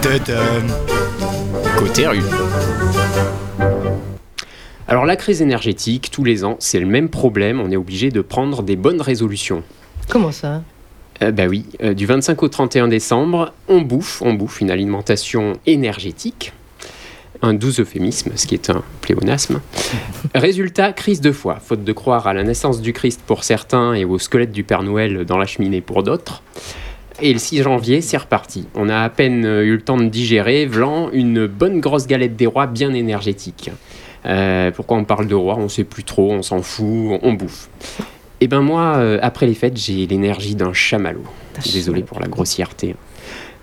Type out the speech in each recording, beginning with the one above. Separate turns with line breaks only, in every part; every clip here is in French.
tête. euh, Côté rue.
Alors la crise énergétique, tous les ans, c'est le même problème, on est obligé de prendre des bonnes résolutions.
Comment ça
Euh, bah oui, euh, du 25 au 31 décembre, on bouffe, on bouffe une alimentation énergétique. Un doux euphémisme, ce qui est un pléonasme. Résultat, crise de foi. Faute de croire à la naissance du Christ pour certains et au squelette du Père Noël dans la cheminée pour d'autres. Et le 6 janvier, c'est reparti. On a à peine euh, eu le temps de digérer, vlan, une bonne grosse galette des rois bien énergétique. Euh, pourquoi on parle de roi On sait plus trop, on s'en fout, on bouffe. Et ben moi, euh, après les fêtes, j'ai l'énergie d'un chamallow. Désolé pour la grossièreté.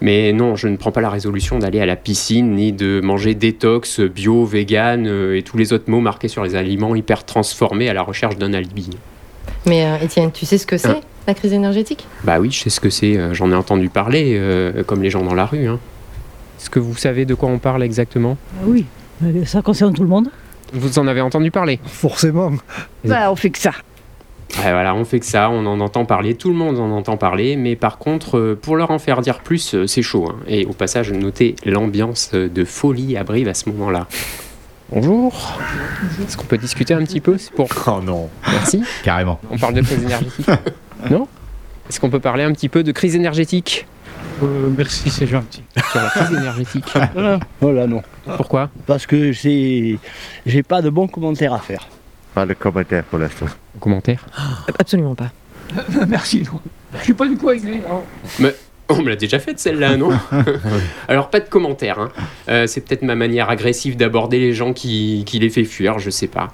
Mais non, je ne prends pas la résolution d'aller à la piscine ni de manger détox, bio, vegan euh, et tous les autres mots marqués sur les aliments hyper transformés à la recherche d'un alibi.
Mais euh, Étienne, tu sais ce que c'est
Hein
la crise énergétique
Bah oui, je sais ce que c'est, euh, j'en ai entendu parler, euh, comme les gens dans la rue. hein. Est-ce que vous savez de quoi on parle exactement
Ah Oui, mais ça concerne tout le monde.
Vous en avez entendu parler
Forcément.
Bah, on fait que ça.
Ouais, voilà, on fait que ça, on en entend parler, tout le monde en entend parler, mais par contre, euh, pour leur en faire dire plus, euh, c'est chaud. hein. Et au passage, notez l'ambiance euh, de folie à Brive à ce moment-là. Bonjour. Est-ce qu'on peut discuter un petit peu C'est pour.
Oh non.
Merci.
Carrément.
On parle de crise énergétique. Non Est-ce qu'on peut parler un petit peu de crise énergétique
Euh, merci, c'est gentil.
Sur la crise énergétique.
Voilà.
Voilà, non.
Pourquoi
Parce que c'est. J'ai pas de bons commentaires à faire.
Pas de commentaire pour l'instant.
Commentaire
Absolument pas.
merci, non. Je suis pas du coin, mais, non.
On me l'a déjà faite celle-là, non Alors pas de commentaire. hein. Euh, c'est peut-être ma manière agressive d'aborder les gens qui, qui les fait fuir, je sais pas.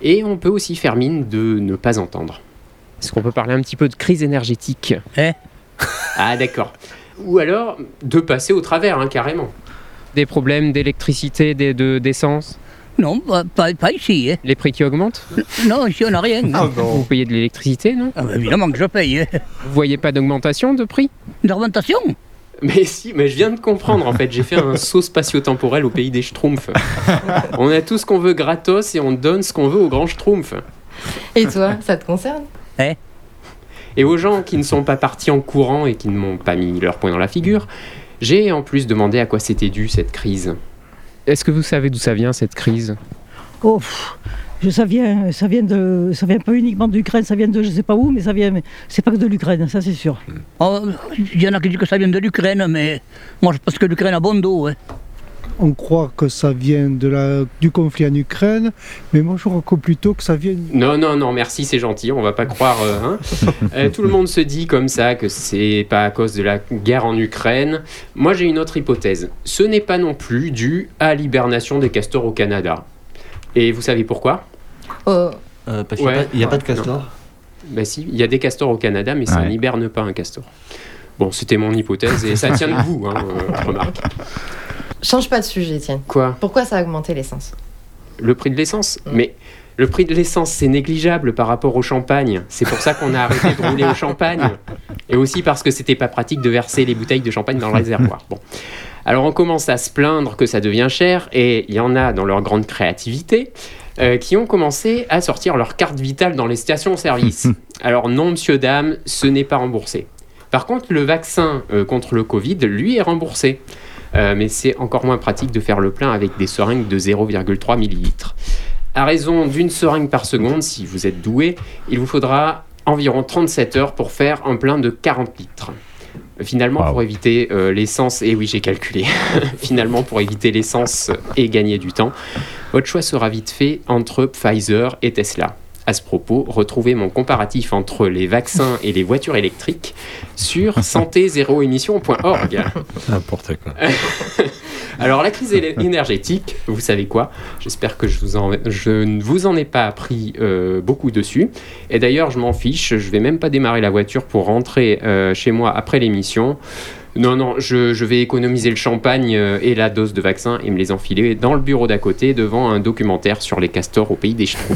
Et on peut aussi faire mine de ne pas entendre. Est-ce qu'on peut parler un petit peu de crise énergétique
Eh
Ah d'accord. Ou alors de passer au travers, hein, carrément. Des problèmes d'électricité, des- de- d'essence,
Non, bah, pas, pas ici. Hein.
les prix qui augmentent
Non, ici on n'a rien.
Ah.
Oh
Vous
non.
payez de l'électricité, non
Ah, bah, évidemment que je paye. Hein.
Vous voyez pas d'augmentation de prix
D'orientation
Mais si, mais je viens de comprendre en fait, j'ai fait un saut spatio-temporel au pays des schtroumpfs. On a tout ce qu'on veut gratos et on donne ce qu'on veut aux grands schtroumpfs.
Et toi, ça te concerne
Et aux gens qui ne sont pas partis en courant et qui ne m'ont pas mis leur poing dans la figure, j'ai en plus demandé à quoi c'était dû cette crise. Est-ce que vous savez d'où ça vient cette crise
Oh, pff, je- ça vient, ça vient de, ça vient pas uniquement d'Ukraine, ça vient de, je sais pas où, mais ça vient, mais c'est pas que de l'Ukraine, ça c'est sûr.
Oh, Il y en a qui disent que ça vient de l'Ukraine, mais moi je pense que l'Ukraine a bon dos. Hein.
On croit que ça vient de la, du conflit en Ukraine, mais moi je crois plutôt que ça vient
Non, non, non, merci, c'est gentil, on va pas croire. euh, hein. Euh, tout le monde se dit comme ça que c'est pas à cause de la guerre en Ukraine. Moi, j'ai une autre hypothèse. Ce n'est pas non plus dû à l'hibernation des castors au Canada. Et vous savez pourquoi
Oh,
Euh, parce qu'il n'y a,
Ouais.
pas- il y a pas de
Ouais,
castor.
Ben si, il y a des castors au Canada, mais ça
Ouais.
n'hiberne pas un castor. Bon, c'était mon hypothèse et ça tient debout, hein, euh, remarque.
Change pas de sujet, Étienne.
Quoi
Pourquoi ça a augmenté l'essence
Le prix de l'essence Mais le prix de l'essence, c'est négligeable par rapport au champagne. C'est pour ça qu'on a arrêté de rouler au champagne. Et aussi parce que c'était pas pratique de verser les bouteilles de champagne dans le réservoir. Bon. Alors on commence à se plaindre que ça devient cher, et il y en a dans leur grande créativité euh, qui ont commencé à sortir leur carte vitale dans les stations-service. Alors non, monsieur, dame, ce n'est pas remboursé. Par contre, le vaccin euh, contre le Covid, lui, est remboursé. Euh, mais c'est encore moins pratique de faire le plein avec des seringues de 0,3 millilitres. À raison d'une seringue par seconde, si vous êtes doué, il vous faudra environ 37 heures pour faire un plein de 40 litres. Finalement,
Wow.
pour éviter euh, l'essence, et oui, j'ai calculé, finalement, pour éviter l'essence et gagner du temps, votre choix sera vite fait entre Pfizer et Tesla. À ce propos, retrouvez mon comparatif entre les vaccins et les voitures électriques sur santé-zéro-émission.org.
N'importe quoi.
Alors la crise éle- énergétique, vous savez quoi J'espère que je, vous en- je ne vous en ai pas appris euh, beaucoup dessus. Et d'ailleurs, je m'en fiche, je vais même pas démarrer la voiture pour rentrer euh, chez moi après l'émission. Non, non, je, je vais économiser le champagne euh, et la dose de vaccin et me les enfiler dans le bureau d'à côté devant un documentaire sur les castors au pays des chevaux.